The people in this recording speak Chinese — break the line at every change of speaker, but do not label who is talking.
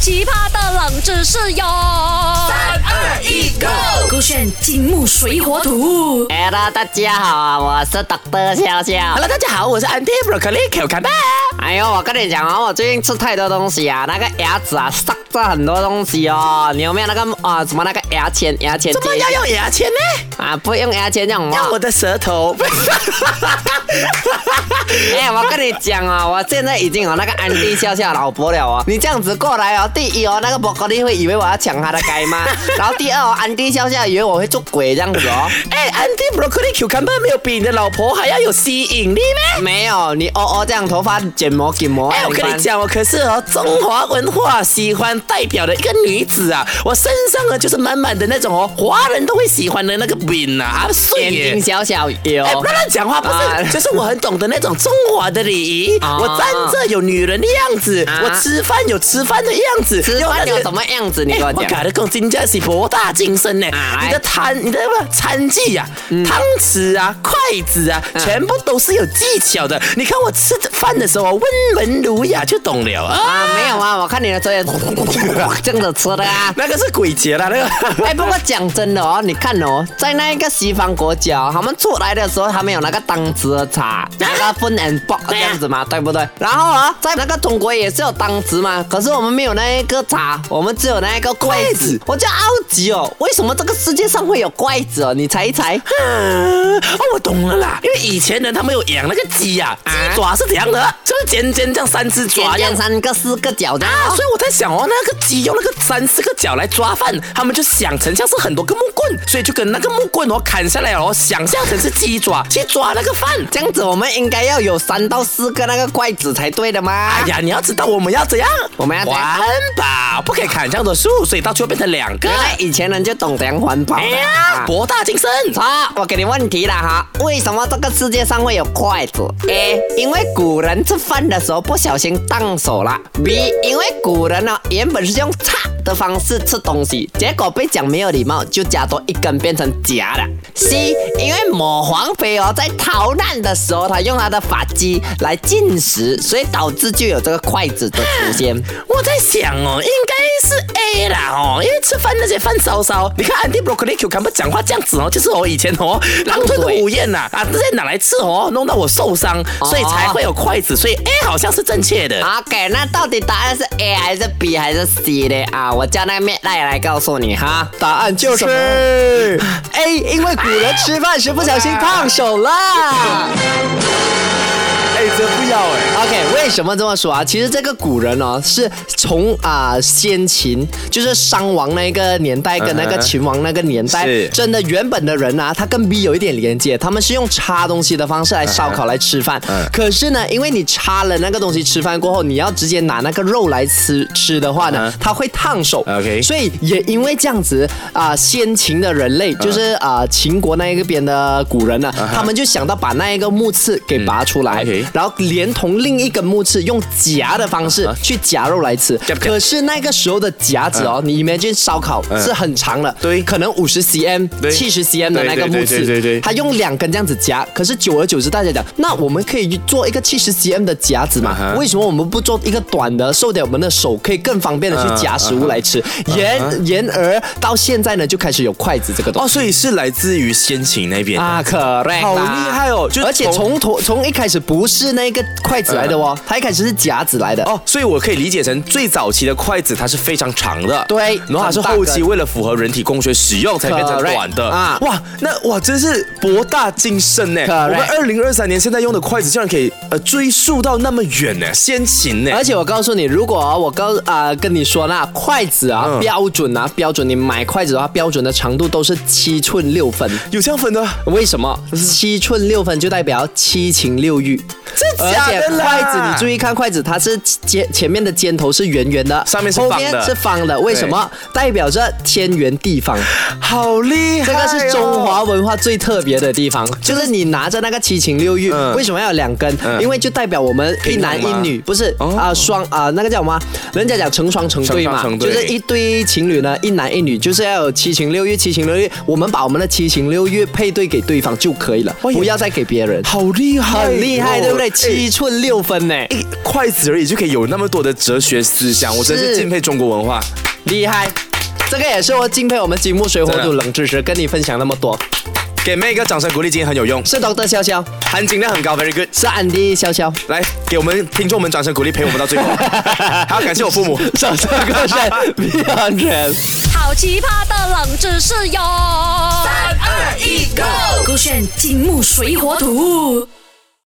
奇葩的冷知识哟！三
二一，Go！
勾选金木水火土。
Hello，大家好啊，我是 Dr. 笑笑。
Hello，大家好，我是 Andy Broccoli Q 卡巴。
哎呦，我跟你讲哦，我最近吃太多东西啊，那个牙齿啊塞着很多东西哦。你有没有那个啊、呃、什么那个牙签？牙签
怎么要用牙签呢？
啊，不用牙签用
要我的舌头。
哎欸，我跟你讲啊、哦，我现在已经有那个安迪笑笑老婆了哦。你这样子过来哦，第一哦，那个伯克利会以为我要抢他的该 吗？然后第二哦，安迪笑笑以为我会做鬼这样子哦。
哎、欸，安迪 broccoli cucumber 没有比你的老婆还要有吸引力咩？
没有，你哦哦这样头发剪毛剪毛。
哎、欸，我跟你讲哦，可是哦，中华文化喜欢代表的一个女子啊，我身上呢就是满满的那种哦，华人都会喜欢的那个饼啊，
眼睛小小有。
哎，不要乱讲话，不是，啊、就是我很懂得那种中华的礼仪。啊、我站着有女人的样子，啊、我吃饭有吃饭的样子，
吃饭有什么样子？你跟我讲。
我 搞得更金家是博大精深呢。你的餐，你的餐具呀，汤匙啊，筷子啊，全部都是有技巧的。你看我吃饭的时候，温文儒雅就懂了
啊。没有啊，我看你的 嘴这样子吃 的啊，
那个是鬼节了那个。
哎，不过讲真的哦，你看哦，在那一个西方国家，他们出来的时候，他们有那个当值的茶，那个分 and box 这样子嘛，对不对？然后啊，在那个中国也是有当值嘛，可是我们没有那一个茶，我们只有那一个筷子。我就好奇哦，为什么这个世界上会有筷子哦？你猜一猜。
哦，我懂了啦，因为以前人他们有养那个鸡呀，鸡爪是怎样的？就是尖尖这样三只 爪，
尖三个四个角的。
啊，所以我在想哦，那个鸡用那个三四个角来抓饭，他们就想成像是很多个木棍，所以就跟那个木棍哦砍下来哦，想象成是鸡爪去抓那个饭。
这样子我们应该要有三到四个那个筷子才对的嘛。
哎呀，你要知道我们要怎样，
我们要
环保，不可以砍这样的树，所以到最后变成两个。
原来以前人就懂怎样环保。哎
呀，博大精深。
好，我给你问题了哈，为什么这个世界上会有筷子？A，因为古人吃饭的时候不小心当手了。B，因为古人呢、哦、原本是用叉的方式吃东西，结果被讲没有礼貌，就加多一根变成夹了。C，因为某皇妃哦在逃难的时候，他用他的发髻来进食，所以导致就有这个筷子的出现。
我在想哦，应该是 A 啦哦，因为吃饭那些饭烧烧，你看 Andy Broccoli Q 他们讲话这样子哦，就是我以前哦狼吞虎咽呐啊，这些拿来吃哦，弄到我受伤，所以才会有筷子，所以 A 好像是正确的。
OK，那到底答案是 A 还是 B 还是 C 呢？啊，我叫那面赖来告诉你哈，
答案就是 A，因为古人吃饭时不小 心
啊
烫手啦。哎，真不要哎、
欸、！OK，为什么这么说啊？其实这个古人哦，是从啊、呃、先秦，就是商王那个年代跟那个秦王那个年代
，uh huh.
真的原本的人啊，他跟 B 有一点连接，他们是用插东西的方式来烧烤来吃饭。Uh huh. 可是呢，因为你插了那个东西吃饭过后，你要直接拿那个肉来吃吃的话呢，uh huh. 它会烫手。
OK，
所以也因为这样子啊、呃，先秦的人类就是啊、呃、秦国那一边的古人呢，他们就想到把那一个木刺给拔出来。
Okay.
然后连同另一根木刺，用夹的方
啊
式去夹肉来吃。可是那个时候的夹子哦，你 imagine 烧烤是很长的，
啊对，
可能五十 cm、七十 cm 的那个木刺，
对对，
他用两根这样子夹。可是久而久之，大家讲，那我们可以做一个七十 cm 的夹子嘛？
啊
为什么我们不做一个短的，瘦点我们的手可以更方便的
啊
去夹食物来吃？言言而到现在呢，就开始有筷子这个东西。哦，
所以是来自于先秦那边
啊，correct，
好厉害哦！
而且从头从一开始不是。是那个筷子来的哦，它一开始是夹子来的
啊哦，所以我可以理解成最早期的筷子它是非常长的，
对，
然后它是后期为了符合人体工学使用才变成短的啊，哇，那哇真是博大精深呢。我们二零二三年现在用的筷子竟然可以呃追溯到那么远呢，先秦呢。
而且我告诉你，如果我告啊、呃、跟你说那筷子啊、嗯、标准啊标准，你买筷子的话标准的长度都是七寸六分，
有这样分的？
为什么？
嗯
七寸六分就代表七情六欲。
是假的
啦而且筷子，你注意看筷子，它是尖前面的尖头是圆圆的，
上面是
方的，是方的，为什么？代表着天圆地方，
好厉害、
哦！这个是中华文化最特别的地方，就是你拿着那个七情六欲，嗯、为什么要有两根？嗯、因为就代表我们一男一女，不是啊双啊那个叫什么？人家讲成双成对嘛，
哦成成对
就是一对情侣呢，一男一女，就是要有七情六欲，七情六欲，我们把我们的七情六欲配对给对方就可以了，不要再给别人。
好厉害、哦，
很厉害，对不对？
哎
七寸六分呢，
一筷子而已就可以有那么多的哲学思想，我真是
是
敬佩中国文化。
厉害！这个也是我敬佩我们金木水火
真
土
的
冷知识，跟你分享那么多。
给妹一个掌声鼓励，今天很有用，
是 Dr. 潇潇，
含金量很高，very good。
是安迪潇潇，
来，给我们听众们掌声鼓励，陪我们到最后。还要感谢我父母。
手上高山 b 安全。
好奇葩的冷知识哟！三二一，Go！勾选金木水火土。